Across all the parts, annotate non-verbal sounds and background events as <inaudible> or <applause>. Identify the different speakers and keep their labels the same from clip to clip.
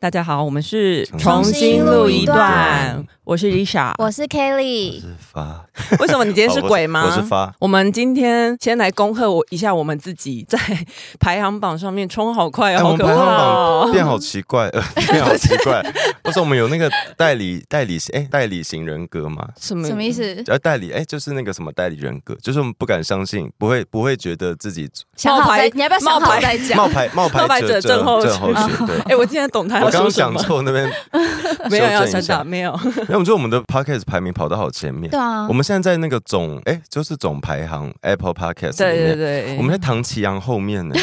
Speaker 1: 大家好，我们是
Speaker 2: 重新录一段，
Speaker 1: 我是
Speaker 3: <laughs>
Speaker 1: Lisa。
Speaker 2: 我是 Kelly，
Speaker 3: 是发，
Speaker 1: 为什么你今天是鬼吗？
Speaker 3: 我是我是发
Speaker 1: 我们今天先来恭贺我一下，我们自己在排行榜上面冲好快哦，
Speaker 3: 哎我
Speaker 1: 好
Speaker 3: 们
Speaker 1: 可
Speaker 3: 排
Speaker 1: 怕
Speaker 3: 行榜
Speaker 1: 哦！
Speaker 3: 变好奇怪，
Speaker 1: <laughs>
Speaker 3: 呃变好奇怪。为什么我们有那个代理代理哎、代理型人格嘛？
Speaker 1: 什么
Speaker 2: 什么意？思？
Speaker 3: 呃，代理哎、就是那个什么代理人格，就是我们不敢相信，不会不会觉得自己
Speaker 2: 想好
Speaker 1: 冒牌
Speaker 2: 再，你要不要
Speaker 1: 冒
Speaker 2: 想好
Speaker 1: 牌
Speaker 2: 再
Speaker 3: 冒
Speaker 2: 讲？
Speaker 3: 牌冒
Speaker 1: 冒牌
Speaker 3: 牌
Speaker 1: 者
Speaker 3: 者
Speaker 1: 症
Speaker 3: 症
Speaker 1: 候群
Speaker 3: 症候群。
Speaker 1: <laughs>
Speaker 3: 对，
Speaker 1: 哎、我竟然懂他要
Speaker 3: 我
Speaker 1: 说
Speaker 3: 刚刚
Speaker 1: 什
Speaker 3: 想
Speaker 1: 么，，
Speaker 3: 错那边
Speaker 1: <laughs> 没有要
Speaker 3: 修正
Speaker 1: 删
Speaker 3: 一下
Speaker 1: 掉，。没
Speaker 3: <laughs>
Speaker 1: 有。
Speaker 3: 那我觉得我们的 podcast 排名跑到好前面
Speaker 2: 对。啊
Speaker 3: 我，们现在在那个总哎、就是总排行 Apple Podcast 里
Speaker 1: 对对
Speaker 3: 面，
Speaker 1: 对，
Speaker 3: 我们在唐奇阳后面呢、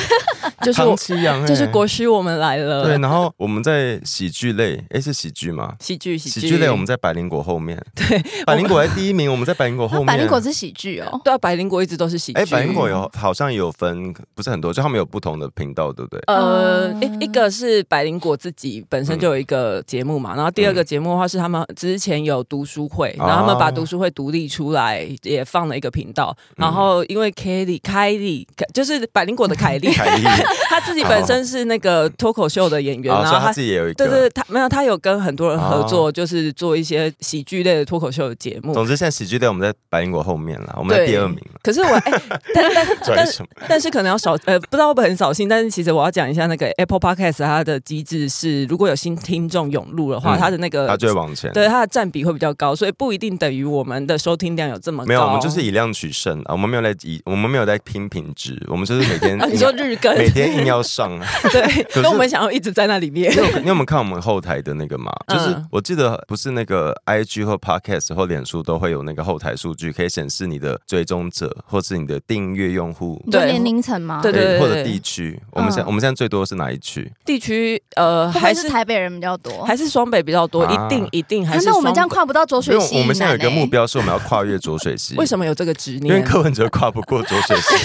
Speaker 1: 就是
Speaker 3: 唐
Speaker 1: 我，
Speaker 3: 奇阳、哎
Speaker 1: 就是国师，我们来 <laughs> 了。
Speaker 3: 对，然后我们在喜剧类，哎、是喜剧吗？
Speaker 1: 喜剧，喜
Speaker 3: 喜
Speaker 1: 剧，
Speaker 3: 剧类我们在百灵果后面，对， <laughs> 百灵果在第一名，我们在百灵果后
Speaker 2: 那
Speaker 3: 面。
Speaker 2: 百灵果是喜剧哦，
Speaker 1: 对啊，百灵果一直都是喜剧。
Speaker 3: 哎，百灵果有好像有分，不是很多，就他们有不同的频道，对不对？
Speaker 1: 呃，
Speaker 3: 哦
Speaker 2: 嗯
Speaker 1: 一一个是百灵果自己本身就有一个节目嘛，然后第二个节目的话是他们之前有读书会，
Speaker 3: 嗯哦
Speaker 1: 然后他们把读书会独立出来，也放了一个频道。
Speaker 3: 嗯
Speaker 1: 然后因为 Kelly 凯莉，凯就是百灵果的 <laughs>
Speaker 3: <laughs>
Speaker 1: 凯莉，
Speaker 3: 凯莉，
Speaker 1: 她自己本身是那个脱口秀的演员，
Speaker 3: 然后
Speaker 1: 然
Speaker 3: 哦
Speaker 1: 后
Speaker 3: 所以他
Speaker 1: 她。
Speaker 3: 自己也有一
Speaker 1: 对对
Speaker 3: 个。
Speaker 1: 对，她没有，她有跟很多人合作，
Speaker 3: 哦
Speaker 1: 就是做一些喜剧类的脱口秀的节目。
Speaker 3: 总之，现在喜剧类我们在百灵果后面了，我们在
Speaker 1: 对
Speaker 3: 第二名了。
Speaker 1: 可是我哎、但
Speaker 3: <laughs>
Speaker 1: 但
Speaker 3: 拽
Speaker 1: 但
Speaker 3: 什么？
Speaker 1: 但是可能要少呃，不知道会不会很扫兴。但是其实我要讲一下那个 Apple Podcast 它的机制是，如果有新听众涌入的话，
Speaker 3: 嗯
Speaker 1: 它的那个
Speaker 3: 他就会往前。
Speaker 1: 呃对，它的占比会比较高，所以不一定等于我们的收听量有这么高。
Speaker 3: 没有，我们就是以量取胜啊，我们没有在以，我们没有在拼品质，我们就是每天
Speaker 1: <laughs> 啊，你说日更
Speaker 3: 每天硬要上啊。
Speaker 1: <laughs> 对，
Speaker 3: 是
Speaker 1: 跟我们想要一直在那里面
Speaker 3: 你。有你有没有看我们后台的那
Speaker 1: <laughs>
Speaker 3: 个嘛？ <laughs> 就是
Speaker 1: 嗯
Speaker 3: 我记得不是那个 IG 或 Podcast 或脸书都会有那个后台数据，可以显示你的追踪者或是你的订阅用户
Speaker 2: 你。说
Speaker 1: 对
Speaker 2: 年龄层吗？
Speaker 1: 对
Speaker 3: 或者地区，我们现
Speaker 2: 嗯
Speaker 3: 我们现在最多是哪一区？
Speaker 1: 地区呃，
Speaker 2: 会不会
Speaker 1: 还
Speaker 2: 是
Speaker 1: 是
Speaker 2: 台北人比较多？
Speaker 1: 还是双北比较多，
Speaker 3: 啊
Speaker 1: 一定一定还
Speaker 2: 啊
Speaker 1: 是。
Speaker 2: 那我们这样，跨不到浊
Speaker 3: 因
Speaker 2: 水
Speaker 3: 为
Speaker 2: 溪以南欸。
Speaker 3: 我们现在有一个目标是我们要跨越浊水溪。
Speaker 1: <laughs> 为什么有这个执
Speaker 3: 么因为
Speaker 1: 念？
Speaker 3: 柯文哲跨不过浊
Speaker 1: <laughs>
Speaker 3: 水溪。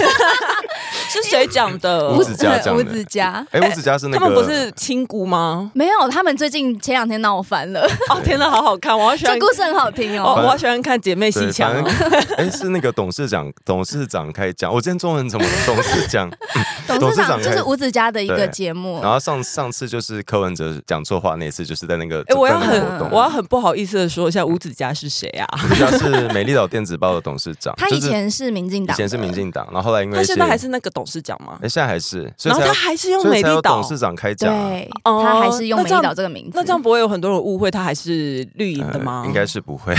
Speaker 1: 是谁讲
Speaker 3: <laughs>
Speaker 1: 的？
Speaker 3: 吴子
Speaker 1: <laughs>
Speaker 3: 嘉这样
Speaker 2: 吴
Speaker 3: 的
Speaker 2: 子嘉
Speaker 3: 哎，吴子嘉是那
Speaker 1: 他
Speaker 3: 个，
Speaker 1: 们不是亲姑吗？<laughs>
Speaker 2: <laughs> 没有，他们最近前两天闹翻了，
Speaker 1: 哦，天哪，好好看！我好喜欢
Speaker 2: 这故事很好听
Speaker 1: 哦，
Speaker 2: 哦。
Speaker 1: 我好喜欢看姐妹戏
Speaker 3: 对，
Speaker 1: 腔
Speaker 3: 反
Speaker 1: 哦。
Speaker 3: 正哎是那个董事长，董事长开讲。我今天中文怎么了董
Speaker 1: <laughs>
Speaker 3: 事长？
Speaker 1: 哦
Speaker 3: 嗯
Speaker 2: 董
Speaker 3: 董
Speaker 2: 事长
Speaker 3: 事长
Speaker 2: 就是吴子嘉的一个
Speaker 3: 对
Speaker 2: 节目
Speaker 3: 然，后上上次就是柯文哲讲错话那次，就是在那个
Speaker 1: 哎、我要
Speaker 3: 在那个活
Speaker 1: 很
Speaker 3: 动
Speaker 1: 我要很不好意思的说一下，吴子嘉是谁啊？
Speaker 3: <laughs> 吴子嘉是美丽岛电子报的董事长，
Speaker 2: 他以
Speaker 3: 就是
Speaker 2: 前是民进
Speaker 3: 以
Speaker 2: 党，
Speaker 3: 前是民，进党，然后后来因为
Speaker 1: 他 <laughs>
Speaker 3: 一些
Speaker 1: 现在还是那个董事长吗
Speaker 3: 哎、？现在还是，所
Speaker 1: 然
Speaker 3: 以
Speaker 1: 后他
Speaker 3: 才有
Speaker 1: 还是用
Speaker 3: 所
Speaker 1: 美
Speaker 3: 以才
Speaker 1: 丽
Speaker 3: 有
Speaker 1: 岛
Speaker 3: 董，事长开讲、啊，
Speaker 2: 对，
Speaker 1: 哦
Speaker 2: 他还是用
Speaker 1: 那
Speaker 2: 美
Speaker 1: 这样
Speaker 2: 丽岛这个名字。
Speaker 1: 那这样不会有很多人误会他还是绿营的吗？
Speaker 3: 呃嗯应该是不会，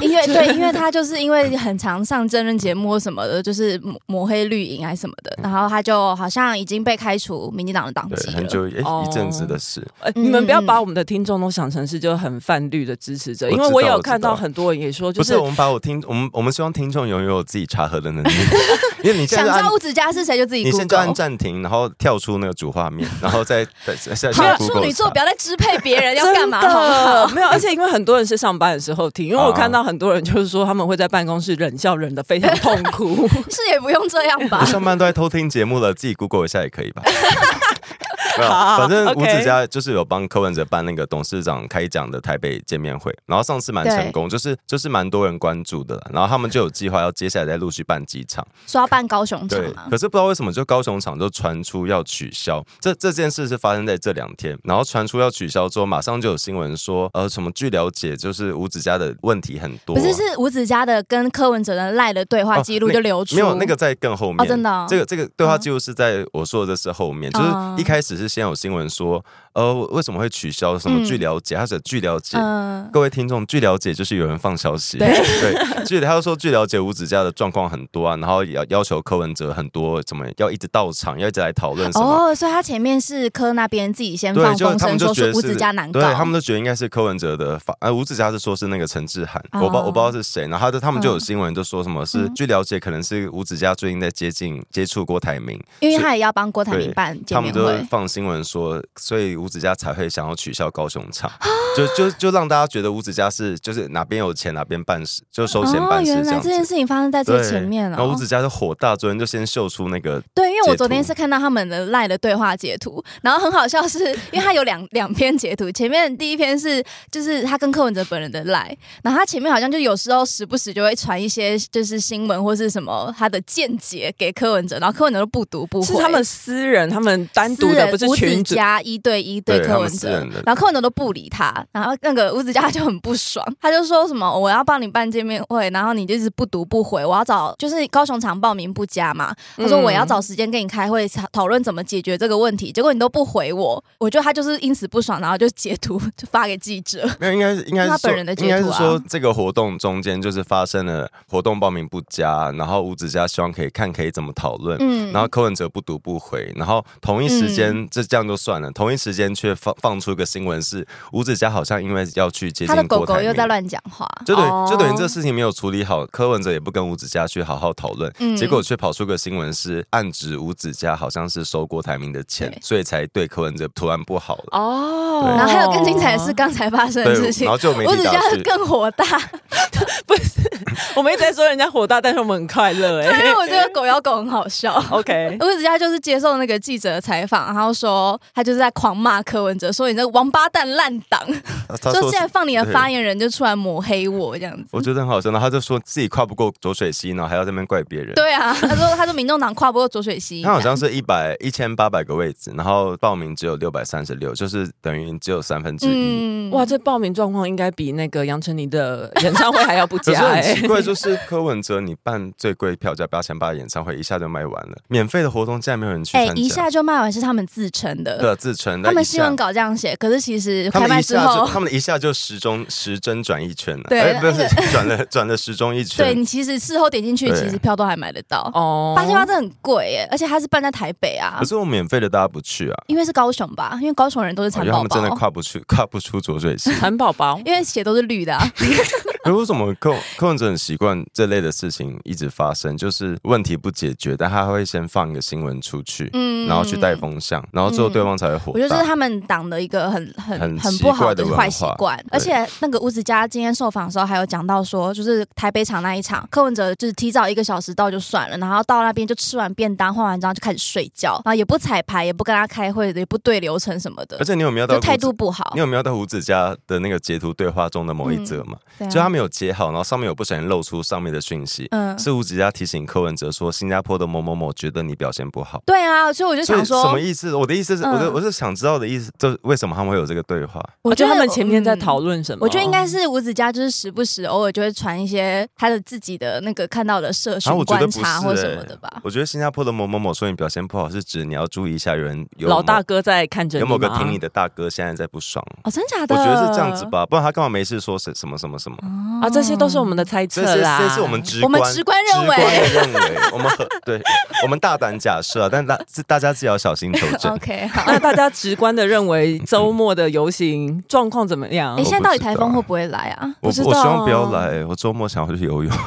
Speaker 2: <laughs> 因为对，因为他就是因为很常上真人节目或什么的，就是抹抹黑绿营还是什么的，然后他就好像已经被开除民进党的党籍
Speaker 3: 对，
Speaker 2: 了
Speaker 3: 很。久哎、
Speaker 1: 哦
Speaker 3: 一阵子的事，
Speaker 1: 呃你们不要
Speaker 2: 嗯
Speaker 1: 把我们的听众都想成是就很泛绿的支持者，
Speaker 3: 我知
Speaker 1: 因
Speaker 3: 道
Speaker 1: 为我也有
Speaker 3: 我知道
Speaker 1: 看到很多人也说，就
Speaker 3: 不
Speaker 1: 是
Speaker 3: 是我们把我听我们我们希望听众拥有自己查核的能力， <laughs> 因为你现在
Speaker 2: 想知
Speaker 3: 就按
Speaker 2: 道吴子嘉是谁，就自己
Speaker 3: 你现在就按
Speaker 2: Google。
Speaker 3: 暂停，然后跳出那个主画面，然后再再再
Speaker 2: 好
Speaker 3: 再
Speaker 2: 了，
Speaker 3: 去
Speaker 2: 处
Speaker 3: Google
Speaker 2: 女座
Speaker 3: 查
Speaker 2: 不要再支配别人，要
Speaker 1: 真的
Speaker 2: 干嘛好不
Speaker 1: <laughs>
Speaker 2: 好？
Speaker 1: 没有，而且因为很多人是上班的时候听，因为我
Speaker 3: 啊
Speaker 1: 看到很多人就是说他们会在办公室忍笑忍的非常痛苦。
Speaker 2: 是也不用这样吧
Speaker 3: 我？上班都在偷听节目了，自己 Google 一下也可以吧。没有，
Speaker 1: 好
Speaker 3: 反正
Speaker 1: OK
Speaker 3: 吴子嘉就是有帮柯文哲办那个董事长开讲的台北见面会，然后上次蛮成功，就是就是蛮多人关注的啦，然后他们就有计划要接下来再陆续办几场，
Speaker 2: 说要办高雄场
Speaker 3: 对
Speaker 2: 嘛。
Speaker 3: 可是不知道为什么就高雄场就传出要取消，这这件事是发生在这两天，然后传出要取消之后，马上就有新闻说，呃，什么据了解就是吴子嘉的问题很多、啊
Speaker 2: 不是是吴子嘉的跟柯文哲的赖的对话记录
Speaker 3: 哦那
Speaker 2: 就流出，
Speaker 3: 没有那个在更后面，
Speaker 2: 哦真的哦嗯
Speaker 3: 这个这个对话记录是在我说的这是后面，就是一开始是先有新闻说，呃，为什么会取消什么
Speaker 2: 嗯
Speaker 3: 据了解，他写据了解。
Speaker 2: 嗯，
Speaker 3: 各位听众，据了解就是有人放消息，
Speaker 2: 对
Speaker 3: <laughs> 对，据他就说据了解吴子嘉的状况很多啊，然后也要要求柯文哲很多怎么要一直到场，要一直来讨论什么，
Speaker 2: 哦，所以他前面是柯那边自己先
Speaker 3: 对，
Speaker 2: 放
Speaker 3: 就
Speaker 2: 风
Speaker 3: 他们
Speaker 2: 声，
Speaker 3: 就
Speaker 2: 说
Speaker 3: 觉
Speaker 2: 是
Speaker 3: 得
Speaker 2: 吴
Speaker 3: 是
Speaker 2: 子嘉难搞，
Speaker 3: 对他们都觉得应该是柯文哲的法，呃，吴子嘉是说是那个陈志涵，我不知道
Speaker 2: 哦
Speaker 3: 我不知道是谁，然后他就他们就有
Speaker 2: 嗯
Speaker 3: 新闻就说什么是、
Speaker 2: 嗯
Speaker 3: 据了解可能是吴子嘉最近在接近接触郭台铭，
Speaker 2: 因为他也要帮郭台铭
Speaker 3: 对
Speaker 2: 办见
Speaker 3: 他们
Speaker 2: 面
Speaker 3: 就
Speaker 2: 会，
Speaker 3: 放新闻说，所以吴子嘉才会想要取消高雄场，就就就让大家觉得吴子嘉是就是哪边有钱哪边办事，就收钱办事
Speaker 2: 哦原
Speaker 3: 这
Speaker 2: 来
Speaker 3: 样
Speaker 2: 这件
Speaker 3: 子。
Speaker 2: 事情发生在最前面哦
Speaker 3: 然后吴
Speaker 2: 了。
Speaker 3: 子嘉就火大，昨天就先秀出那个
Speaker 2: 对，因为
Speaker 3: 截
Speaker 2: 我
Speaker 3: 图
Speaker 2: 昨天是看到他们的赖的对话截图，然后很好笑是，因为他有两两篇截图，前面第一篇是就是他跟柯文哲本人的赖，然后他前面好像就有时候时不时就会传一些就是新闻或是什么他的见解给柯文哲，然后柯文哲都不读 <laughs> 不回，
Speaker 1: 是他们私人，他们单独
Speaker 2: 私
Speaker 1: 的，
Speaker 2: 人
Speaker 1: 不是
Speaker 2: 吴
Speaker 1: 群主。
Speaker 2: 子嘉一对一对
Speaker 3: 对
Speaker 2: 柯
Speaker 3: 他
Speaker 2: 文
Speaker 3: 们私
Speaker 2: 哲
Speaker 3: 人的，
Speaker 2: 然后柯文哲都不理他，然后那个吴子嘉就很不爽，他就说什么我要帮你办见面会，然后你就一直不读不回，我要找就是高雄场报名不佳嘛，他说
Speaker 1: 嗯
Speaker 2: 我要找时间跟你开会讨讨论怎么解决这个问题，结果你都不回我，我觉得他就是因此不爽，然后就截图就发给记者，
Speaker 3: 没有，应该是应该是
Speaker 2: 他
Speaker 3: 说
Speaker 2: 本人的截
Speaker 3: 应该是
Speaker 2: 图啊
Speaker 3: 说这个活动中间就是发生了活动报名不佳，然后吴子嘉希望可以看可以怎么讨论。
Speaker 2: 嗯，
Speaker 3: 然后柯文哲不读不回，然后同一时间、这这样就算了，同一时间却放放出一个新闻是吴子嘉好像因为要去接近
Speaker 2: 他的狗
Speaker 3: 郭
Speaker 2: 狗
Speaker 3: 台
Speaker 2: 又
Speaker 3: 铭
Speaker 2: 在乱讲话，
Speaker 3: 就等于、
Speaker 1: 哦
Speaker 3: 就等于这事情没有处理好，柯文哲也不跟吴子嘉去好好讨论，
Speaker 2: 嗯
Speaker 3: 结果却跑出个新闻是暗指吴子嘉好像是收郭台铭的钱
Speaker 2: 对，
Speaker 3: 所以才对柯文哲突然不好了。
Speaker 1: 哦
Speaker 3: 对
Speaker 2: 然后还有更精彩的是，刚才发生的
Speaker 3: 哦对
Speaker 2: 哦事，情
Speaker 3: 然。后就有媒
Speaker 2: 吴
Speaker 3: 体
Speaker 2: 子
Speaker 3: 打
Speaker 2: 嘉
Speaker 3: 去，
Speaker 2: 更火大，
Speaker 1: 我们一直在说人家火大，但是我们很快
Speaker 2: <laughs>
Speaker 1: 乐
Speaker 2: 因
Speaker 1: 哎。
Speaker 2: 为我觉得狗咬狗很好笑。
Speaker 1: OK，
Speaker 2: 吴子嘉就是接受那个记者的采访，然后说他就是在狂骂柯文哲，说你这个王八蛋烂党，
Speaker 3: 他他
Speaker 2: 说
Speaker 3: 说
Speaker 2: 现在
Speaker 3: 是。
Speaker 2: 放你的发言人就出来抹黑我这样子。
Speaker 3: 我觉得很好笑，然后他就说自己跨不过浊水溪，然后还要在那边怪别人。
Speaker 2: 对啊，他说他说民众党跨不过浊水溪
Speaker 3: 他，好像是一百一千八百个位置，然后报名只有六百三十六，就是等于只有三分之一。
Speaker 2: 嗯，
Speaker 1: <laughs> 哇，这报名状况应该比那个杨丞琳的演唱会还要不
Speaker 3: 可是
Speaker 1: 佳
Speaker 3: 很
Speaker 1: 哎。
Speaker 3: 奇怪，就是柯文哲你办最贵票价八千八演唱会一下就卖完了，免费的活动竟然没有人去
Speaker 2: 哎、
Speaker 3: 参加。
Speaker 2: 一下就卖完是他们自称的，
Speaker 3: 对自称，
Speaker 2: 他
Speaker 3: 但
Speaker 2: 们
Speaker 3: 一
Speaker 2: 新闻
Speaker 3: 下
Speaker 2: 稿这样写，可是其实
Speaker 3: 他
Speaker 2: 开
Speaker 3: 们
Speaker 2: 卖
Speaker 3: 一
Speaker 2: 之
Speaker 3: 下就
Speaker 2: 后，
Speaker 3: 他们一下就时钟时针转一圈了，
Speaker 2: 对
Speaker 3: 哎不
Speaker 2: 那
Speaker 3: 是
Speaker 2: <laughs>
Speaker 3: 转了转了时钟一
Speaker 2: 对
Speaker 3: 圈。
Speaker 2: 你其实事后点进去，
Speaker 3: 对
Speaker 2: 其实票都还买得到。
Speaker 1: 哦
Speaker 2: 八千八真的很贵耶，而且他是办在台北啊
Speaker 3: 可，是我免费的大家不去啊，
Speaker 2: 因为是高雄吧，因为高雄人都是
Speaker 3: 我
Speaker 2: 蚕
Speaker 3: 觉得哦他
Speaker 2: 宝
Speaker 3: 们真的
Speaker 2: 宝，
Speaker 3: 跨不出跨不出浊水溪。
Speaker 1: 蚕宝宝，
Speaker 2: 因为血都是绿的、啊。
Speaker 3: <laughs> 可是哎为什么柯柯文哲很习惯这类的事情一直发生？就是问题不解决，但他会先放一个新闻出去，
Speaker 2: 嗯
Speaker 3: 然后去带风向，然后最后对方才会火
Speaker 2: 我觉得这是
Speaker 3: 大。
Speaker 2: 他们党的一个很很
Speaker 3: 很
Speaker 2: 很不好的
Speaker 3: 奇怪的
Speaker 2: 坏
Speaker 3: 文
Speaker 2: 习
Speaker 3: 化
Speaker 2: 惯，而且那个吴子嘉今天受访的时候还有讲到说，就是台北场那一场，柯文哲就是提早一个小时到就算了，然后到那边就吃完便当换完章就开始睡觉，然后也不彩排，也不跟他开会，也不对流程什么的
Speaker 3: 而，且你有没有到
Speaker 2: 就态度不好
Speaker 3: 你。有没有到胡子家的那个截图对话中的某一则嘛？
Speaker 2: 对啊
Speaker 3: 就他没有截好，然后上面有不小心露出上面的讯息，
Speaker 2: 嗯
Speaker 3: 是吴子嘉提醒柯文哲说，新加坡的某某某觉得你表现不好。
Speaker 2: 对啊，所以我就
Speaker 3: 所以
Speaker 2: 想
Speaker 3: 什么
Speaker 2: 说，
Speaker 3: 意思？我的意思是，
Speaker 2: 嗯啊
Speaker 3: 我的我是想知道的意思，就是为什么他们会有这个对话？
Speaker 1: 我觉得哦他们前面在
Speaker 2: 嗯
Speaker 1: 讨论什么？
Speaker 2: 我觉得应该是吴子嘉，就是时不时偶尔就会传一些他的自己的那个看到的社
Speaker 3: 啊
Speaker 2: 群
Speaker 3: 我觉得
Speaker 2: 观
Speaker 3: 不
Speaker 2: 察
Speaker 3: 是
Speaker 2: 或
Speaker 3: 欸
Speaker 2: 什么的吧。
Speaker 3: 我觉得新加坡的某某某说你表现不好，是指你要注意一下，有人有
Speaker 1: 老
Speaker 3: 某
Speaker 1: 大哥在看着
Speaker 3: 有
Speaker 1: 你吗
Speaker 3: 某个挺你的大哥现在在不爽，
Speaker 2: 哦，真假
Speaker 3: 我
Speaker 2: 的？哦
Speaker 3: 觉得是这样子吧，不然他干嘛没事说什什么什么什么？
Speaker 1: 啊，这些都是我们的猜
Speaker 3: 这
Speaker 1: 测
Speaker 3: 是
Speaker 1: 啦。
Speaker 3: 这是我们直
Speaker 2: 我
Speaker 3: 观
Speaker 2: 们直观认为
Speaker 3: 直观地认为我们很对，我们大胆假设啊，但大是大家自己要小心求证。
Speaker 2: OK
Speaker 3: <laughs>
Speaker 2: 好。
Speaker 1: <laughs> 那
Speaker 3: 啊
Speaker 1: 大家直观的认为周末的游行状况怎么样
Speaker 2: 哎、？
Speaker 3: 我
Speaker 2: 现在
Speaker 3: 不
Speaker 2: 到底
Speaker 3: 知
Speaker 2: 台
Speaker 3: 道
Speaker 2: 风会不会来啊？
Speaker 3: 我
Speaker 1: 不知
Speaker 3: 我希
Speaker 1: 道
Speaker 3: 望
Speaker 1: 啊
Speaker 3: 不要来，我周末想要去游泳。
Speaker 1: <laughs>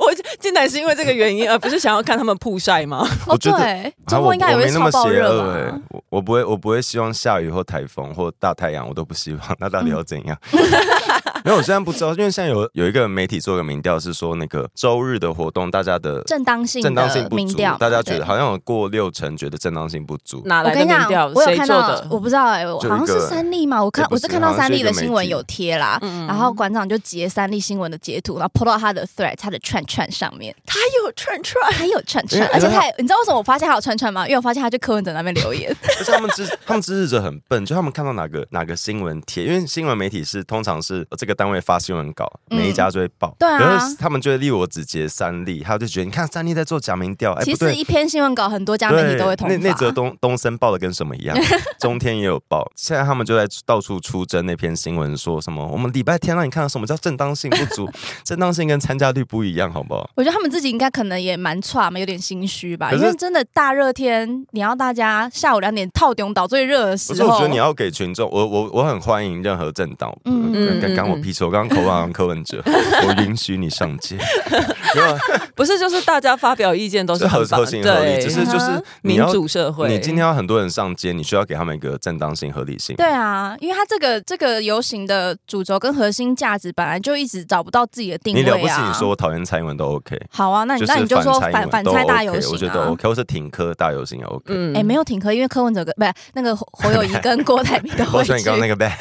Speaker 1: 我进来是因为这个原因，而不是想要看他们曝晒
Speaker 2: <laughs>
Speaker 1: 吗？
Speaker 2: 哦，
Speaker 3: 觉得
Speaker 2: 对，
Speaker 3: 啊
Speaker 2: <laughs> 周
Speaker 3: 我
Speaker 2: 末应该也
Speaker 3: 我
Speaker 2: 会
Speaker 3: 没那么
Speaker 2: 超爆
Speaker 3: 邪
Speaker 2: 热
Speaker 3: 恶哎、
Speaker 2: 吧？
Speaker 3: 我我不会我不会希望下雨或台风或大太阳，我都不希望。那到底
Speaker 2: 嗯
Speaker 3: 要怎样？ <laughs> 没有，我现在不知道，因为现在有有一个媒体做个民调，是说那个周日的活动，大家的
Speaker 2: 正当性
Speaker 3: 正当性
Speaker 2: 的
Speaker 3: 不
Speaker 2: 民
Speaker 3: 足
Speaker 2: 调嘛，，
Speaker 3: 大家
Speaker 2: 对
Speaker 3: 觉得好像有过六成觉得正当性不足。
Speaker 1: 哪
Speaker 2: 我
Speaker 1: 来
Speaker 2: 跟
Speaker 1: 的民
Speaker 2: 你讲
Speaker 1: 调？，
Speaker 2: 我有
Speaker 1: 谁
Speaker 2: 看
Speaker 1: 做
Speaker 2: 到
Speaker 1: 的，？
Speaker 2: 我不知道哎、我
Speaker 3: 就
Speaker 2: 好像
Speaker 3: 一
Speaker 2: 是
Speaker 3: 个
Speaker 2: 三立嘛，我看
Speaker 3: 也不
Speaker 2: 我
Speaker 3: 是
Speaker 2: 是看到
Speaker 3: 好像
Speaker 2: 三
Speaker 3: 是
Speaker 2: 立
Speaker 3: 一个
Speaker 2: 的
Speaker 3: 媒
Speaker 2: 新闻
Speaker 3: 体
Speaker 2: 有贴啦，
Speaker 1: 嗯
Speaker 2: 然后馆长就截三立新闻的截图，然后 po 到他的 thread 他的串串上面，
Speaker 1: 他有串串，
Speaker 2: 他有串
Speaker 3: 因，
Speaker 2: 串
Speaker 3: 为
Speaker 2: 而且
Speaker 3: 因为他
Speaker 2: 他也，你知道为什么我发现他有串串吗？因为我发现他去柯文哲那边留言，
Speaker 3: 而且他们支他们支持者很笨，就他们看到哪个哪个新闻贴，因为新闻媒体是通常是呃这个单位发新闻稿，每一家就会报。
Speaker 2: 嗯对啊
Speaker 3: 可是他们就会例如我只截三例，他就觉得你看三例在做假民调，哎、
Speaker 2: 其
Speaker 3: 不
Speaker 2: 实
Speaker 3: 对。
Speaker 2: 一篇新闻稿很多家媒体都会通啊
Speaker 3: 那那则
Speaker 2: 发。
Speaker 3: 东东森报的跟什么一样，
Speaker 2: <laughs>
Speaker 3: 中天也有报。现在他们就在到处出征那篇新闻，说什么我们礼拜天让你看到什么叫正当性不足， <laughs> 正当性跟参加率不一样，好不好？
Speaker 2: 我觉得他们自己应该可能也蛮差嘛，有点心虚吧，
Speaker 3: 可
Speaker 2: 因
Speaker 3: 是
Speaker 2: 为真的大热天，你要大家下午两点套顶岛最热的时
Speaker 3: 不
Speaker 2: 候，
Speaker 3: 是，我觉得你要给群众，我我我很欢迎任何政党，
Speaker 2: 嗯
Speaker 3: 嗯
Speaker 1: 嗯
Speaker 3: 干干我屁事，我刚刚口吻柯文
Speaker 2: <laughs>
Speaker 3: 哲，我允许你上街，没有啊
Speaker 1: 不是就是大家发表意见都是
Speaker 3: 这合
Speaker 1: 很棒
Speaker 3: 合情合理，
Speaker 1: 对
Speaker 3: 只是就是
Speaker 2: 嗯
Speaker 3: 你
Speaker 1: 民
Speaker 3: 要
Speaker 1: 主社会。
Speaker 3: 你今天要很多人上街，你需要给他们一个正当性、合理性。
Speaker 2: 对啊，因为他这个这个游行的主轴跟核心价值本来就一直找不到自己的定
Speaker 3: 你
Speaker 2: 位啊。
Speaker 3: 了不起，你说我讨厌蔡英文都 OK，
Speaker 2: 好啊，那你、
Speaker 3: 是
Speaker 2: 那你就说
Speaker 3: 反蔡
Speaker 2: 反
Speaker 3: 英文
Speaker 2: 反
Speaker 3: 都
Speaker 2: 蔡
Speaker 3: OK，
Speaker 2: 大游
Speaker 3: 我
Speaker 2: 行
Speaker 3: 觉得
Speaker 2: 啊。
Speaker 3: OK，或是停科大游行也 OK。
Speaker 1: 嗯
Speaker 2: 哎、没有停课，因为柯文哲跟不是那个侯侯友谊跟郭台铭都
Speaker 3: <laughs> 我
Speaker 2: 会去
Speaker 3: 说。你刚刚那个 bad，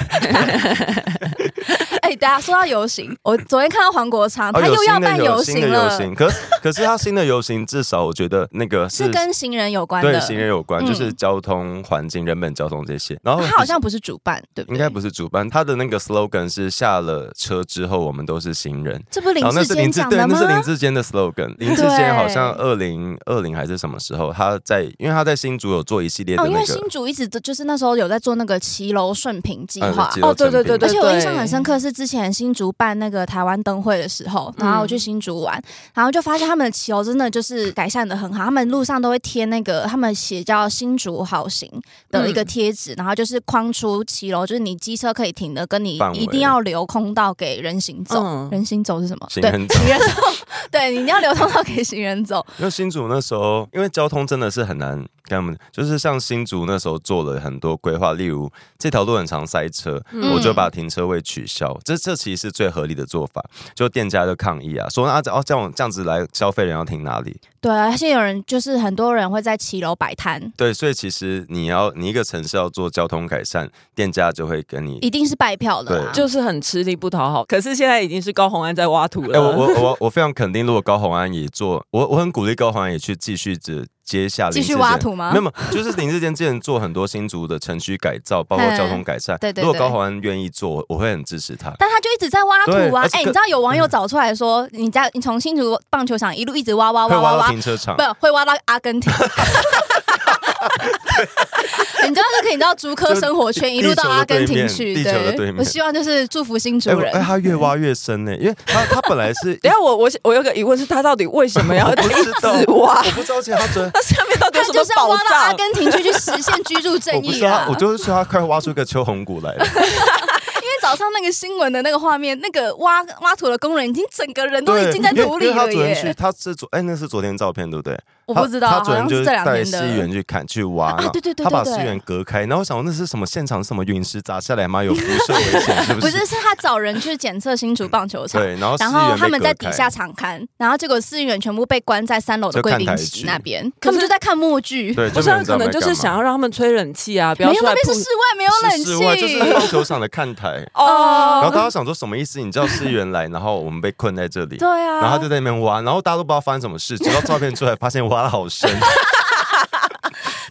Speaker 2: <laughs> 哎、等一下说到游行，我昨天看到黄国昌、
Speaker 3: 哦，
Speaker 2: 啊他
Speaker 3: 有
Speaker 2: 又要
Speaker 3: 新的
Speaker 2: 办
Speaker 3: 有新的
Speaker 2: 行
Speaker 3: 游
Speaker 2: 了，
Speaker 3: 行，可可是他新的游行至少我觉得那个
Speaker 2: 是
Speaker 3: 是
Speaker 2: 跟行人有关
Speaker 3: 对
Speaker 2: 的。
Speaker 3: 行人有关，
Speaker 2: 嗯
Speaker 3: 就是交通环境、人本交通这些。然后
Speaker 2: 他好像不是主办，对不对？
Speaker 3: 应该不是主办，他的那个 slogan 是下了车之后我们都是行人。
Speaker 2: 这不是林
Speaker 3: 哦然后那
Speaker 2: 志
Speaker 3: 是
Speaker 2: 坚
Speaker 3: 林志
Speaker 2: 讲
Speaker 3: 对，
Speaker 2: 的
Speaker 3: 那
Speaker 2: 吗
Speaker 3: 是？林志坚的 slogan。林志
Speaker 2: 对
Speaker 3: 坚好像二零二零还是什么时候，他在因为他在新竹有做一系列的
Speaker 2: 哦，因
Speaker 3: 那
Speaker 2: 为
Speaker 3: 个，
Speaker 2: 新竹一直都就是那时候有在做那个骑楼顺平计
Speaker 3: 嗯
Speaker 2: 划，
Speaker 3: 骑
Speaker 1: 哦，对对对
Speaker 2: 而
Speaker 1: 对，
Speaker 2: 且我印
Speaker 1: 对
Speaker 2: 象很深，刻是之前新竹办那个台湾灯会的时候，然后
Speaker 3: 嗯
Speaker 2: 我去新竹玩，然后就发现他们的骑楼真的就是改善的很好，他们路上都会贴那个他们写叫“新竹好行”的一
Speaker 3: 嗯
Speaker 2: 个贴纸，然后就是框出骑楼，就是你机车可以停的，跟你
Speaker 3: 范围
Speaker 2: 一定要留空道给人行走。
Speaker 1: 嗯
Speaker 2: 人行走是什么？
Speaker 3: 行
Speaker 2: 对，
Speaker 3: 人走
Speaker 2: 行人走，对，你一定要留通道给行人走。
Speaker 3: <laughs> 因为新竹那时候因为交通真的是很难跟他们，就是像新竹那时候做了很多规划，例如这条路很常塞车，
Speaker 1: 嗯
Speaker 3: 我就把停车位取消，这这其实是最合理的做法。就店家就抗议啊，说啊这哦这样这样子来消费人要停哪里？
Speaker 2: 对，而且有人就是很多人会在骑楼摆摊，
Speaker 3: 对，所以其实你要你一个城市要做交通改善，店家就会跟你
Speaker 2: 一定是拜票的啦。
Speaker 3: 对
Speaker 1: 就是很吃力不讨好。可是现在已经是高红安在挖土
Speaker 3: 哎、
Speaker 1: 了。
Speaker 3: 我我我我非常肯定，如果高洪安也做，我我很鼓励高洪安也去继续这接下林
Speaker 2: 继续
Speaker 3: 志坚
Speaker 2: 挖土吗
Speaker 3: 没有，没有就是林志坚之前做很多新竹的城区改造，包括交通改善。
Speaker 2: 嗯对对
Speaker 3: 如果
Speaker 2: 对
Speaker 3: 高洪安愿意做，我我会很支持他。
Speaker 2: 但他就一直在挖土
Speaker 3: 对
Speaker 2: 啊！
Speaker 3: 而且嗯
Speaker 2: 哎、
Speaker 3: 可
Speaker 2: 你知道有网友找出来说，你在你从新竹棒球场一路一直挖挖
Speaker 3: 会
Speaker 2: 挖
Speaker 3: 挖
Speaker 2: 挖
Speaker 3: 到
Speaker 2: 挖，
Speaker 3: 停车场
Speaker 2: 不，会挖到阿根廷。 <laughs> 你知道就可以到竹科生活圈一路到阿根廷去，
Speaker 3: 地球的对面地球的对面
Speaker 2: 我希望就是祝福新
Speaker 3: 哎
Speaker 2: 竹
Speaker 3: 我
Speaker 2: 人。嗯
Speaker 3: 哎，他越挖越深呢、因为他他本来
Speaker 2: <laughs>
Speaker 3: 是
Speaker 1: 等一下我我我有个疑问是，他到底为什么
Speaker 3: <laughs>
Speaker 1: 要一
Speaker 3: 知道
Speaker 1: 直挖？
Speaker 3: 我不知道，其实他昨天
Speaker 1: 他下面到底
Speaker 2: 他
Speaker 1: 有什
Speaker 2: 就
Speaker 1: 么
Speaker 2: 是要
Speaker 1: 宝
Speaker 2: 挖到阿
Speaker 1: 藏？
Speaker 2: 根廷去，去实现居住 <laughs> 正
Speaker 3: 我不
Speaker 2: 义
Speaker 3: 知道，
Speaker 2: 啊！
Speaker 3: 我就是说他快挖出一个秋红谷来了。
Speaker 2: 因为早上那个新闻的那个画面，那个挖挖土的工人已经整个人都已经在
Speaker 3: 因为
Speaker 2: 土
Speaker 3: 因
Speaker 2: 里
Speaker 3: 为他
Speaker 2: 了
Speaker 3: 昨天去，
Speaker 2: 耶！
Speaker 3: 他是昨哎、那是昨天照片对不对？
Speaker 2: 我不知道，
Speaker 3: 他他
Speaker 2: 好
Speaker 3: 昨天
Speaker 2: 像
Speaker 3: 就是
Speaker 2: 这两
Speaker 3: 带
Speaker 2: 天
Speaker 3: 西
Speaker 2: 的
Speaker 3: 元。去看去挖，
Speaker 2: 啊对对对
Speaker 3: 他把
Speaker 2: 对
Speaker 3: 西
Speaker 2: 对
Speaker 3: 元隔开，然后我想说那是什么现场是什么陨石砸下来吗？有辐射危险是不
Speaker 2: 不
Speaker 3: 是？
Speaker 2: 是，是他找人去检测新竹棒球
Speaker 3: <laughs>
Speaker 2: 场，
Speaker 3: 对，然后
Speaker 2: 然
Speaker 3: 思源
Speaker 2: 后
Speaker 3: 被
Speaker 2: 他们
Speaker 3: 隔
Speaker 2: 在底
Speaker 3: 开
Speaker 2: 下场看，然后结果司员全部被关在三楼的贵宾
Speaker 3: 就看台
Speaker 2: 席
Speaker 3: 剧
Speaker 2: 那边，他们就在看默剧。
Speaker 3: 对，
Speaker 1: 不，
Speaker 3: 就是没
Speaker 1: 他
Speaker 3: 有人知道
Speaker 1: 可能就是想要让他们吹冷气啊，不要
Speaker 2: 没有，
Speaker 1: 出
Speaker 2: 那
Speaker 1: 来
Speaker 2: 边
Speaker 1: 扑
Speaker 2: 是室外，没有
Speaker 3: 在干嘛
Speaker 2: 冷
Speaker 3: 是室外，就是
Speaker 2: 气。
Speaker 3: 棒球场的看台。
Speaker 2: <laughs>
Speaker 3: 然后
Speaker 1: 哦。
Speaker 3: 大家想说什么意思？你叫思源来，然后我们被困在这里，
Speaker 2: 对啊，
Speaker 3: 然后他就在那边挖，然后大家都不知道发生什么事，直到照片出来，发现挖的好
Speaker 2: <laughs>
Speaker 3: 深。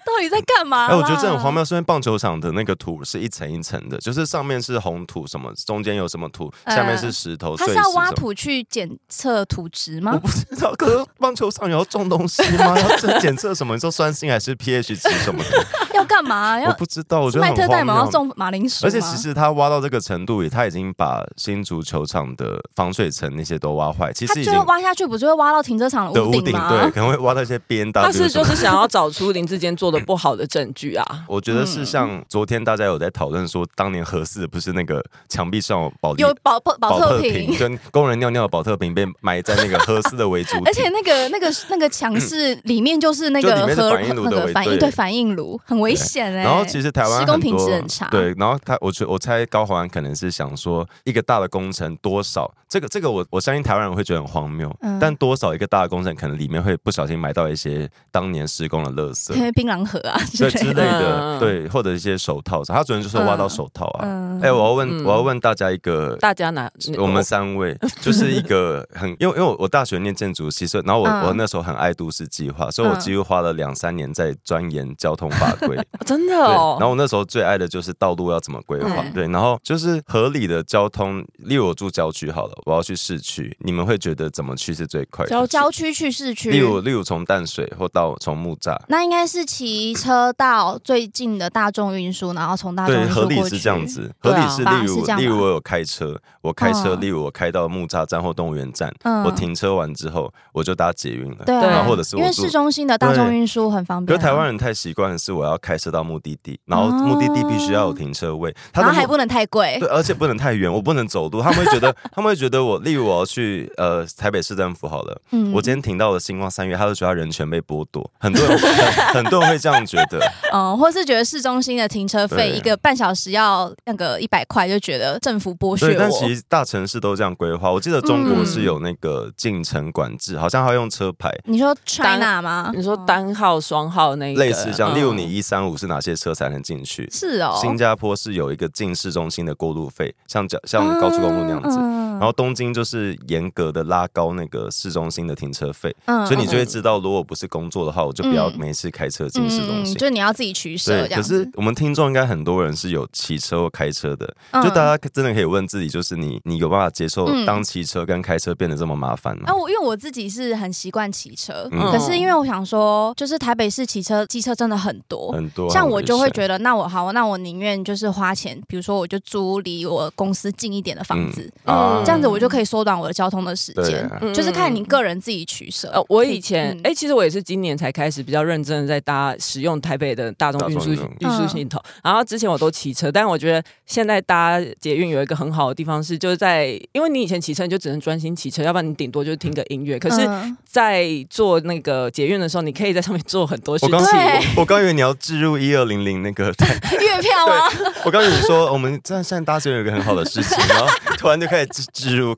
Speaker 2: 到底在干嘛？
Speaker 3: 哎，我觉得这很荒。谬，是因为棒球场的那个土是一层一层的，就是上面是红土，什么中间有什么土，下面是石头，
Speaker 2: 他
Speaker 3: 碎
Speaker 2: 呃是
Speaker 3: 石
Speaker 2: 要
Speaker 3: 什
Speaker 2: 挖
Speaker 3: 么
Speaker 2: 土去检测土质
Speaker 3: 我
Speaker 2: 吗？
Speaker 3: 不知道，可是棒球场有要种东西吗？要这检测什么？你说酸性还是 pH 值什么
Speaker 2: <laughs>
Speaker 3: 的？
Speaker 2: 要干嘛？
Speaker 3: 我
Speaker 2: 要
Speaker 3: 不知道，我觉
Speaker 2: 是
Speaker 3: 得
Speaker 2: 麦
Speaker 3: 很
Speaker 2: 特
Speaker 3: 荒
Speaker 2: 戴蒙要
Speaker 3: 谬。
Speaker 2: 种马铃薯吗？
Speaker 3: 而且其实他挖到这个程度，也他已经把新足球场的防水层那些都挖坏，其
Speaker 2: 他
Speaker 3: 实已
Speaker 2: 最
Speaker 3: 经
Speaker 2: 后挖下去，不就会挖到停车场
Speaker 3: 的
Speaker 2: 屋
Speaker 3: 屋顶对，
Speaker 2: 吗？
Speaker 3: 可能会挖到一些 B N
Speaker 1: 他
Speaker 3: W
Speaker 1: 是
Speaker 3: 什
Speaker 1: 就
Speaker 3: 么
Speaker 1: 是
Speaker 3: 的。
Speaker 1: 想要找出林志坚做的不好的证据啊。
Speaker 3: 我觉得
Speaker 2: 嗯
Speaker 3: 是像昨天大家有在讨论说，当年何四不是那个墙壁上有保利
Speaker 2: 有保保保特瓶
Speaker 3: 瓶，，跟工人尿尿的保特瓶被埋在那个何四的围竹
Speaker 2: <laughs> 而
Speaker 3: 底
Speaker 2: 且那个那个那个墙是里面就是那
Speaker 3: 嗯就
Speaker 2: 个
Speaker 3: 里面是
Speaker 2: 核
Speaker 3: 反应炉
Speaker 2: 那
Speaker 3: 的
Speaker 2: 个
Speaker 3: 围
Speaker 2: 反应
Speaker 3: 对
Speaker 2: 对反应炉很危险哎。
Speaker 3: 然后其实台湾
Speaker 2: 施工
Speaker 3: 很
Speaker 2: 品
Speaker 3: 多
Speaker 2: 质很差，
Speaker 3: 对，然后他我觉我猜高环可能是想说一个大的工程多少，这个这个我我相信台湾人会觉得很荒谬，
Speaker 2: 嗯
Speaker 3: 但多少一个大的工程可能里面会不小心埋到一些当年施工的垃圾
Speaker 2: 因。为槟榔盒啊之
Speaker 3: 对之
Speaker 2: 类
Speaker 3: 类
Speaker 2: 的。
Speaker 3: 的，
Speaker 1: 嗯
Speaker 3: 对，或者一些手套，他昨天就说挖到手套啊，
Speaker 2: 嗯
Speaker 1: 啊！
Speaker 3: 哎、我要问、
Speaker 1: 嗯
Speaker 3: 我要问大家一个，
Speaker 1: 大家拿
Speaker 3: 我们三
Speaker 2: <laughs>
Speaker 3: 位就是一个很，因为因为我我大学念建筑系，所以然后我、
Speaker 2: 嗯
Speaker 3: 我那时候很爱都市计划，所以我
Speaker 2: 嗯
Speaker 3: 几乎花了两三年在钻研交通法
Speaker 2: <laughs>
Speaker 3: 规。
Speaker 1: 哦真的
Speaker 3: 对，
Speaker 1: 哦
Speaker 3: 然。后我那时候最爱的就是道路要怎么规划，
Speaker 2: 嗯
Speaker 3: 对，然后就是合理的交通，例如我住郊区好了，我要去市区，你们会觉得怎么去是最快的？
Speaker 2: 郊区去市区
Speaker 3: 例，如例如从淡水或到从木栅，
Speaker 2: 那应该是骑车到最近的大众运输，然后从大众
Speaker 3: 对，
Speaker 2: 运输
Speaker 3: 合
Speaker 2: 啊过去。
Speaker 3: 理是这样子，合
Speaker 1: 对啊
Speaker 3: 理是
Speaker 2: 吧
Speaker 3: 例
Speaker 2: 是
Speaker 3: 如
Speaker 2: 这样吧
Speaker 3: 例如我有开车，我开车，
Speaker 2: 嗯
Speaker 3: 例如我开到木栅站或动物园站，
Speaker 2: 嗯
Speaker 3: 我停车完之后我就搭捷运了，
Speaker 2: 对啊，
Speaker 3: 然后或者是
Speaker 2: 因
Speaker 3: 我
Speaker 2: 为
Speaker 3: 住
Speaker 2: 市。中心的大众运输很方
Speaker 3: 可
Speaker 2: 便啊、哦
Speaker 3: 是台湾人太习惯的是，我要开车到目的地，然后目的地必须要有停车位，他
Speaker 2: 然
Speaker 3: 的
Speaker 2: 后还
Speaker 3: 目
Speaker 2: 不能哎太贵
Speaker 3: 对，，而且不能太远，我不能走路，他们会觉得，他们会觉得我，例如我要去呃台北市政府好了，
Speaker 2: 嗯
Speaker 3: 我今天停到了星光三月，他就觉得他人权被剥夺，很多人很很多人会 <laughs> 这样觉
Speaker 2: <laughs>
Speaker 3: 得，
Speaker 2: 嗯，或是觉得市中心的停车费
Speaker 3: 对
Speaker 2: 一个半小时要那个一百块，就觉得政府剥削
Speaker 3: 对，但
Speaker 2: 我嗯
Speaker 3: 其。实大城市都这样规划，我记得中国是有那个进城管制，好像还要用车牌。
Speaker 2: 你说 China 吗？
Speaker 1: 你说单号、双号那一个
Speaker 3: 类似这样，
Speaker 1: 嗯
Speaker 3: 例如你一三五是哪些车才能进去？
Speaker 2: 是哦，
Speaker 3: 新加坡是有一个进市中心的过路费，像叫像高速公路那样子。
Speaker 2: 嗯
Speaker 3: 然后东京就是严格的拉高那个市中心的停车费，
Speaker 2: 嗯
Speaker 3: 所以你就会知道，如果不是工作的话，我就不要没事开车进市中
Speaker 2: 嗯嗯
Speaker 3: 心。
Speaker 2: 就你要自己取舍
Speaker 3: 对，
Speaker 2: 这
Speaker 3: 可
Speaker 2: 样子
Speaker 3: 是。我们听众应该很多人是有骑车或开车的，
Speaker 2: 嗯
Speaker 3: 就大家真的可以问自己，就是你你有办法接受
Speaker 2: 嗯
Speaker 3: 当骑车跟开车变得这么麻烦吗
Speaker 2: 啊，？我因为我自己是很习惯骑车，
Speaker 3: 嗯
Speaker 2: 可是因为我想说，就是台北市骑车机车真的很多，
Speaker 3: 很多
Speaker 2: 像我就会觉
Speaker 3: 得，
Speaker 2: 得，那我好，那我宁愿就是花钱，比如说我就租离我公司近一点的房子，
Speaker 3: 嗯啊
Speaker 2: 这样子我就可以缩短我的交通的时
Speaker 3: 对
Speaker 2: 间。
Speaker 3: 啊，
Speaker 1: 嗯
Speaker 2: 就是看你个人自己取舍。
Speaker 1: 呃，我以前
Speaker 2: 嗯
Speaker 1: 哎、其实我也是今年才开始比较认真的在搭使用台北的大众运输
Speaker 3: 大众运
Speaker 1: 运输系统，
Speaker 2: 嗯
Speaker 1: 然后之前我都骑车，但我觉得现在搭捷运有一个很好的地方是，就是在因为你以前骑车你就只能专心骑车，要不然你顶多就是听个音乐，可是，
Speaker 2: 嗯
Speaker 1: 在做那个捷运的时候，你可以在上面做很多事
Speaker 3: 我
Speaker 1: 情
Speaker 3: 刚。
Speaker 2: 对
Speaker 3: 我刚以为你要置入一二零零那个，对，
Speaker 2: 月票
Speaker 1: <laughs>
Speaker 2: 啊吗？
Speaker 3: 我刚以为你说我们站站搭车有一个很好的事情，然后突然就开始置置入，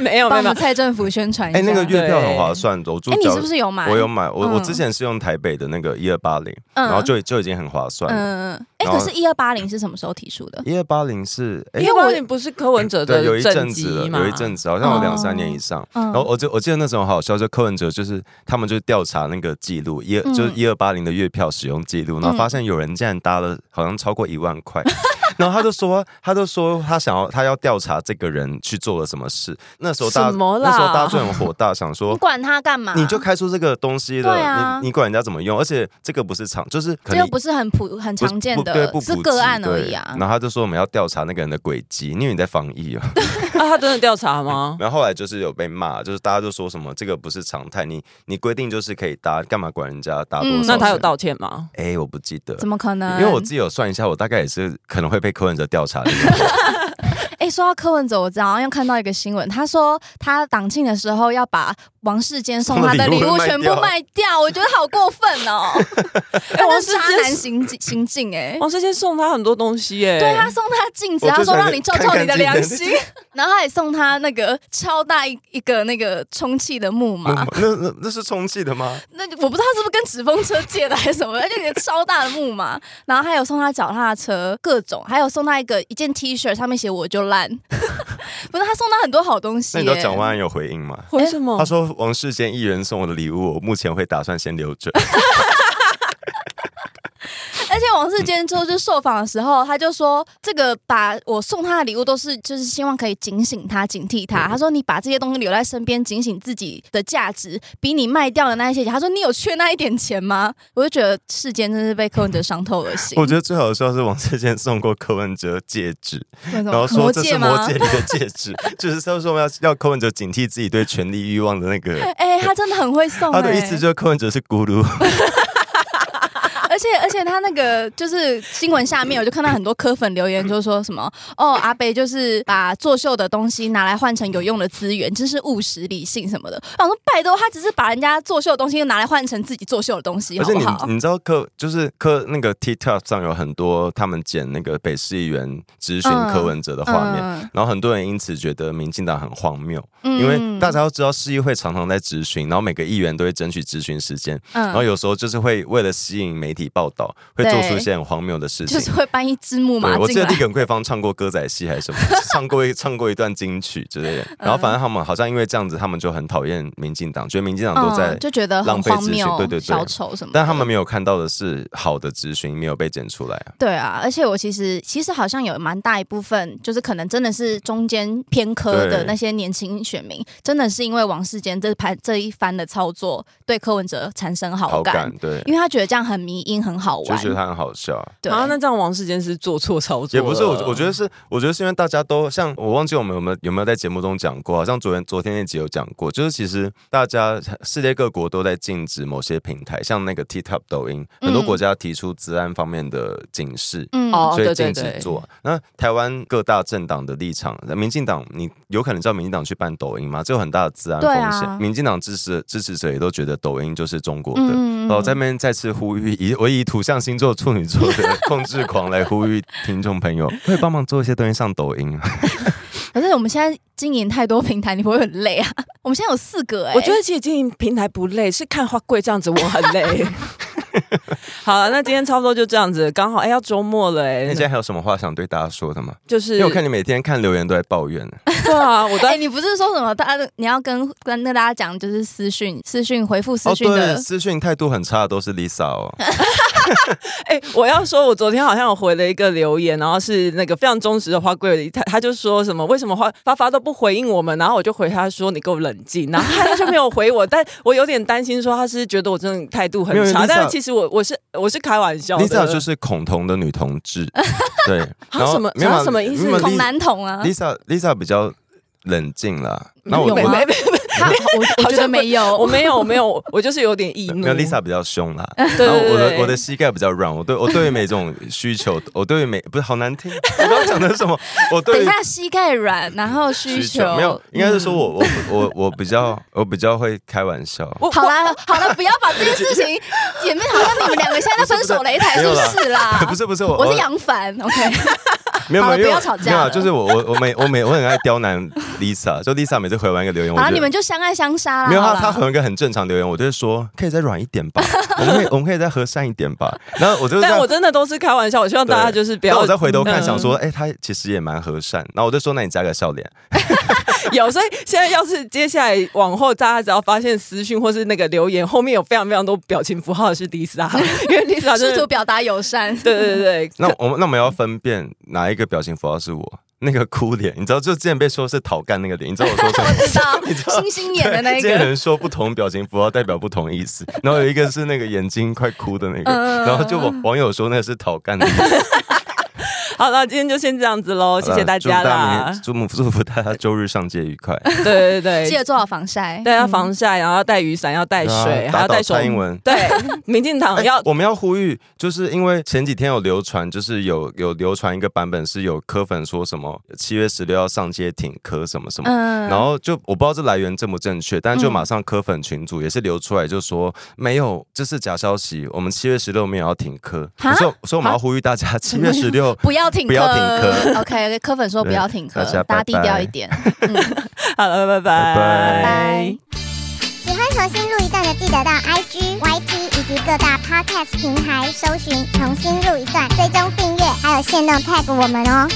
Speaker 1: 没有没有
Speaker 2: 帮我
Speaker 1: 没有
Speaker 2: 们，蔡政府宣传一下。
Speaker 3: 哎，那个
Speaker 2: 哎、
Speaker 3: 月票很划算，我住
Speaker 2: 你
Speaker 3: 郊
Speaker 2: 是不是有买？
Speaker 3: 我有买，我我
Speaker 2: 嗯
Speaker 3: 之前是用台北的那个一二八零，
Speaker 2: 嗯
Speaker 3: 然后就就已经很划算了。
Speaker 2: 嗯，哎、
Speaker 3: 然
Speaker 2: 可
Speaker 3: 后
Speaker 2: 是一二八零是什么时候提出的？
Speaker 3: 一二八零是，哎
Speaker 1: 因为我不是柯文哲的
Speaker 3: 对，有一阵
Speaker 1: 政
Speaker 3: 子
Speaker 1: 绩
Speaker 3: 了，
Speaker 1: 嘛，
Speaker 3: 有一阵子好像有两三年以上。
Speaker 2: 嗯
Speaker 3: 然后我就我记得那时候很好笑，就柯文哲就是他们就调查那个记录，一、就是
Speaker 2: 嗯
Speaker 3: 一二八零的月票使用记录，然后发现有人竟然搭了好像超过一万块。 <laughs> 然后他就说，他就说他想要他要调查这个人去做了什么事。那时候大家
Speaker 1: 什么啦
Speaker 3: 那时候大家就很
Speaker 2: <laughs>
Speaker 3: 火大，想说
Speaker 2: 你管他干嘛？
Speaker 3: 你就开出这个东西了，
Speaker 2: 啊对啊
Speaker 3: 你你管人家怎么用？而且这个不是常，就是可
Speaker 2: 这
Speaker 3: 能
Speaker 2: 又不是很普很
Speaker 3: 不
Speaker 2: 常见
Speaker 3: 不对
Speaker 2: 的
Speaker 3: 不，
Speaker 2: 是
Speaker 3: 普
Speaker 2: 个
Speaker 3: 及
Speaker 2: 案而
Speaker 3: 对
Speaker 2: 已啊。
Speaker 3: 然后他就说我们要调查那个人的轨迹，因为你在防疫啊。
Speaker 1: 啊，他真的调查
Speaker 3: <laughs>
Speaker 1: 吗？
Speaker 3: 然后后来就是有被骂，就是大家就说什么这个不是常态，你你规定就是可以搭，干嘛管人家搭多少
Speaker 2: 嗯
Speaker 3: 钱？
Speaker 1: 那他有道歉吗？
Speaker 3: 哎、我不记得。
Speaker 2: 怎么可能？
Speaker 3: 因为我自己有算一下，我大概也是可能会被柯文哲调查的那种。
Speaker 2: 哎、说到柯文哲，我早上又看到一个新闻，他说他党庆的时候要把王世坚送他的礼物全部卖掉，我觉得好过分哦！
Speaker 3: <laughs>
Speaker 2: 哎，我
Speaker 1: 王
Speaker 2: 是
Speaker 1: 世
Speaker 2: 渣
Speaker 1: 坚
Speaker 2: 男行径行径哎、
Speaker 1: 王世坚送他很多东西耶、
Speaker 2: 对啊他送他镜子，
Speaker 3: 我就
Speaker 2: 他说
Speaker 3: 想
Speaker 2: 让你照照你的良心 <laughs>
Speaker 3: 看看自，
Speaker 2: 然后他也送他那个超大一一个那个充气的木 <laughs> 马，
Speaker 3: 那那那是充气的吗？
Speaker 2: 那我不知道他是不是跟纸风车借的还是什么， <laughs> 就一个超大的木马，然后还有送他脚踏车，各种，还有送他一个一件 T 恤，上面写我就烂， <laughs> 不是他送他很多好东西、
Speaker 3: 那
Speaker 2: 耶。
Speaker 3: 你知道蒋万安有回应吗？
Speaker 1: 为什么？
Speaker 3: 他说王世坚一人送我的礼物，我目前会打算先留着。
Speaker 2: 而且王世坚之后就受访的时候，他就说这个把我送他的礼物都是就是希望可以警醒他、警惕他。他说你把这些东西留在身边，警醒自己的价值，比你卖掉的那一些钱。他说你有缺那一点钱吗？我就觉得世坚真是被柯文哲伤透了心。
Speaker 3: 我觉得最好笑的是王世坚送过柯文哲戒指，
Speaker 2: 那种
Speaker 3: 然后说
Speaker 2: 魔
Speaker 3: 这
Speaker 2: 戒
Speaker 3: 是
Speaker 2: 吗
Speaker 3: 魔戒？里的戒指， <laughs> 就是他说要要柯文哲警惕自己对权力欲望的那
Speaker 2: <laughs>
Speaker 3: 个。
Speaker 2: 哎、他真的很会送、哎
Speaker 3: 他的意思就是柯文哲是咕噜，
Speaker 2: 而且而且他那个就是新闻下面，我就看到很多柯粉留言，就说什么哦，阿北就是把作秀的东西拿来换成有用的资源，真是务实理性什么的。我想说，拜托，他只是把人家作秀的东西拿来换成自己作秀的东西，
Speaker 3: 而
Speaker 2: 好
Speaker 3: 且
Speaker 2: 不好？
Speaker 3: 你你知道柯就是柯那个 TikTok 上有很多他们剪那个北市议员质询
Speaker 2: 嗯
Speaker 3: 柯文哲的画面，
Speaker 2: 嗯
Speaker 3: 然后很多人因此觉得民进党很荒谬，
Speaker 2: 嗯
Speaker 3: 因为大家都知道市议会常常在质询，然后每个议员都会争取质询时间，
Speaker 2: 嗯
Speaker 3: 然后有时候就是会为了吸引媒体体报道，会做出一些很荒谬的事情
Speaker 2: 就。是会搬一只木马
Speaker 3: 对，我记
Speaker 2: 进
Speaker 3: 得
Speaker 2: 来
Speaker 3: 立。耿桂芳唱过歌仔戏还是什么， <laughs> 唱过一唱过一段金曲之类的。
Speaker 2: 嗯
Speaker 3: 然后反正他们好像因为这样子，他们就很讨厌民进党，觉得民进党都在
Speaker 2: 嗯，就觉得
Speaker 3: 浪
Speaker 2: 很
Speaker 3: 费
Speaker 2: 荒
Speaker 3: 资讯
Speaker 2: 谬，
Speaker 3: 对对对
Speaker 2: 小丑什么的。
Speaker 3: 但他们没有看到的是好的咨询没有被剪出来啊。
Speaker 2: 对啊，而且我其实其实好像有蛮大一部分，就是可能真的是中间偏科的
Speaker 3: 对
Speaker 2: 那些年轻选民，真的是因为王世坚这盘这一番的操作，对柯文哲产生好
Speaker 3: 好
Speaker 2: 感，
Speaker 3: 感对，
Speaker 2: 因为他觉得这样很迷因，很好
Speaker 3: 就觉得
Speaker 2: 玩。
Speaker 3: 他很好笑。
Speaker 2: 对，
Speaker 1: 啊，那这样王世坚是做错操作
Speaker 3: 也
Speaker 1: 了，
Speaker 3: 不是我，我觉
Speaker 1: 得
Speaker 3: 得是，我觉得是因为大家都像我忘记我们有没有有没有在节目中讲过，好像昨天昨天那集有讲过，就是其实大家世界各国都在禁止某些平台，像那个 TikTok、抖音，很
Speaker 2: 嗯
Speaker 3: 多国家提出治安方面的警示。
Speaker 2: 嗯，
Speaker 1: 哦
Speaker 3: 所以
Speaker 1: 对对
Speaker 3: 禁止
Speaker 1: 对
Speaker 3: 做。那台湾各大政党的立场，民进党你有可能叫民进党去办抖音吗？这有很大的治安风险。
Speaker 2: 对啊
Speaker 3: 民进党支持支持者也都觉得抖音就是中国的，
Speaker 2: 嗯，嗯嗯
Speaker 3: 然后哦在那边再次呼吁，以我以土象星座处女座的控制狂来呼吁听众
Speaker 1: <laughs>
Speaker 3: 朋友，会帮忙做一些东西上抖音啊。
Speaker 2: 可是我们现在经营太多平台，你不会很累啊？ <laughs> 我们现在有四个哎、
Speaker 1: 我觉得其实经营平台不累，是看花贵这样子我很累。好了，那今天差不多就这样子，刚好哎、要周末了哎、
Speaker 3: 那你现在还有什么话想对大家说的吗？
Speaker 1: 就是
Speaker 3: 因为我看你每天看留言都在抱怨呢，
Speaker 1: 对啊，我
Speaker 2: 哎、
Speaker 1: 在
Speaker 2: 你不是说什么？大家你要跟跟跟大家讲，就是私讯私讯回复私讯的、
Speaker 3: 哦对，私讯态度很差的都是 Lisa 哦，
Speaker 1: 哎、我要说，我昨天好像有回了一个留言，然后是那个非常忠实的花贵，他他就说什么为什么花发发都不回应我们，然后我就回他说你给我冷静，然后他就没有回我，但我有点担心说他是觉得我真的态度很
Speaker 3: 没有
Speaker 1: 差，
Speaker 3: Lisa-
Speaker 1: 但是其实我我是我是开玩笑的，
Speaker 3: ，Lisa 就是孔同的女同
Speaker 1: <laughs>
Speaker 3: 志，对，然后
Speaker 1: 什么
Speaker 3: 没有
Speaker 1: 啊
Speaker 3: 啊
Speaker 1: 什么意思
Speaker 3: 没有啊
Speaker 2: 同男同啊。
Speaker 3: Lisa Lisa 比较冷静啦，那我
Speaker 2: 有
Speaker 1: 没
Speaker 2: 吗
Speaker 3: 我
Speaker 1: 没没
Speaker 2: 他我我觉得没有，
Speaker 1: 我没有我没有，我就是有点易怒
Speaker 3: 没有 Lisa 比较凶
Speaker 2: <laughs>
Speaker 3: 啦，
Speaker 1: 对
Speaker 3: 然后我
Speaker 1: 对
Speaker 3: 的
Speaker 1: 对
Speaker 3: 我的膝盖比较软，我对我对于每种需求，我对于每不是好难听，我刚刚讲的是什么？我
Speaker 2: 等
Speaker 3: 对
Speaker 2: 一
Speaker 3: 于
Speaker 2: 下膝盖软，然后需嗯
Speaker 3: 需求没有，应该是说我我我我比较我比较会开玩笑，
Speaker 1: 我
Speaker 2: 好啦，好了，不要把这件事
Speaker 3: <laughs>
Speaker 2: 情演变好像你们两个现在在分手擂台，是不是啦
Speaker 3: <laughs> ？不，是不是我
Speaker 2: 我是杨凡，OK，
Speaker 3: <laughs> 没有
Speaker 2: 好
Speaker 3: 没
Speaker 2: 了
Speaker 3: 有因为
Speaker 2: 不要吵架
Speaker 3: 没有啊
Speaker 2: 了
Speaker 3: 就是我我我每我每我很爱刁难 Lisa，就 Lisa 每次回完一个留言，我觉
Speaker 2: 好了，
Speaker 3: 得
Speaker 2: 你们就相爱相杀啦。
Speaker 3: 没有
Speaker 2: 好
Speaker 3: 他，他
Speaker 2: 啦 <laughs>
Speaker 3: 回一个很正常留言，我就会说可以再软一点吧，我们可以我们可以再和善一点吧。然后我就
Speaker 1: 但
Speaker 3: 在
Speaker 1: 我真的都是开玩笑，我希望大家
Speaker 3: 对
Speaker 1: 就是不
Speaker 3: 然
Speaker 1: 要。
Speaker 3: 后我再回头看，
Speaker 1: 嗯
Speaker 3: 想说，哎、他其实也蛮和善。然后我就说，那你加个笑脸。
Speaker 1: 有，所以现在要是接下来往后，大家只要发现私讯或是那个留言后面有非常非常多表情符号的是
Speaker 3: <laughs>
Speaker 1: Lisa，因为 Lisa 就
Speaker 2: 试
Speaker 1: 是
Speaker 2: 图表达友善，
Speaker 1: 对对对对，
Speaker 3: 那我们那我们要分辨哪一个表情符号是我那个哭脸，你知道，就之前被说是讨干那个脸，你知道我说什么？
Speaker 2: 知道星星眼的那
Speaker 3: <laughs> 之前有
Speaker 2: 个，
Speaker 3: 人说不同表情符号代表不同意思，然后有一个是那个眼睛快哭的那
Speaker 2: 嗯
Speaker 3: 个， <laughs> 然后就网网友说那个是讨干的意思。
Speaker 1: 好了，那今天就先这样子喽，谢谢大家
Speaker 3: 好啦
Speaker 1: 啦，
Speaker 3: 祝大家明祝福祝福大家周日上街愉快。
Speaker 1: 对对对
Speaker 2: 记
Speaker 1: 对
Speaker 2: 得。做好防晒。
Speaker 1: 对，要防晒，然后要带雨伞，要带水，
Speaker 3: 啊
Speaker 1: 还要
Speaker 3: 打倒
Speaker 1: 带手。
Speaker 3: 蔡英文。
Speaker 1: 对，民进党
Speaker 3: 哎
Speaker 1: 要
Speaker 3: 我们要呼吁，就是因为前几天有流传，就是有有流传一个版本是有柯粉说什么七月十六要上街挺柯什么什么。
Speaker 2: 嗯
Speaker 3: 然后就我不知道这来源正不正确，但就
Speaker 2: 嗯
Speaker 3: 马上柯粉群组也是流出来，就说没有，这是假消息，我们七月十六没有要挺柯，
Speaker 2: 哈
Speaker 3: 所以所以我们要呼吁大家七月十六
Speaker 2: 不要停课，
Speaker 3: 不要停课
Speaker 2: OK，柯粉说不要停课
Speaker 3: 对大家，
Speaker 2: 大
Speaker 3: 拜
Speaker 2: 家低
Speaker 3: 拜
Speaker 2: 调一点。嗯
Speaker 1: 好了，拜拜
Speaker 3: 拜拜
Speaker 2: 拜。
Speaker 4: 喜欢重新录一段的，记得到 IG、YT 以及各大 Podcast 平台搜寻“重新录一段”，追踪订阅，还有限定 tag 我们哦。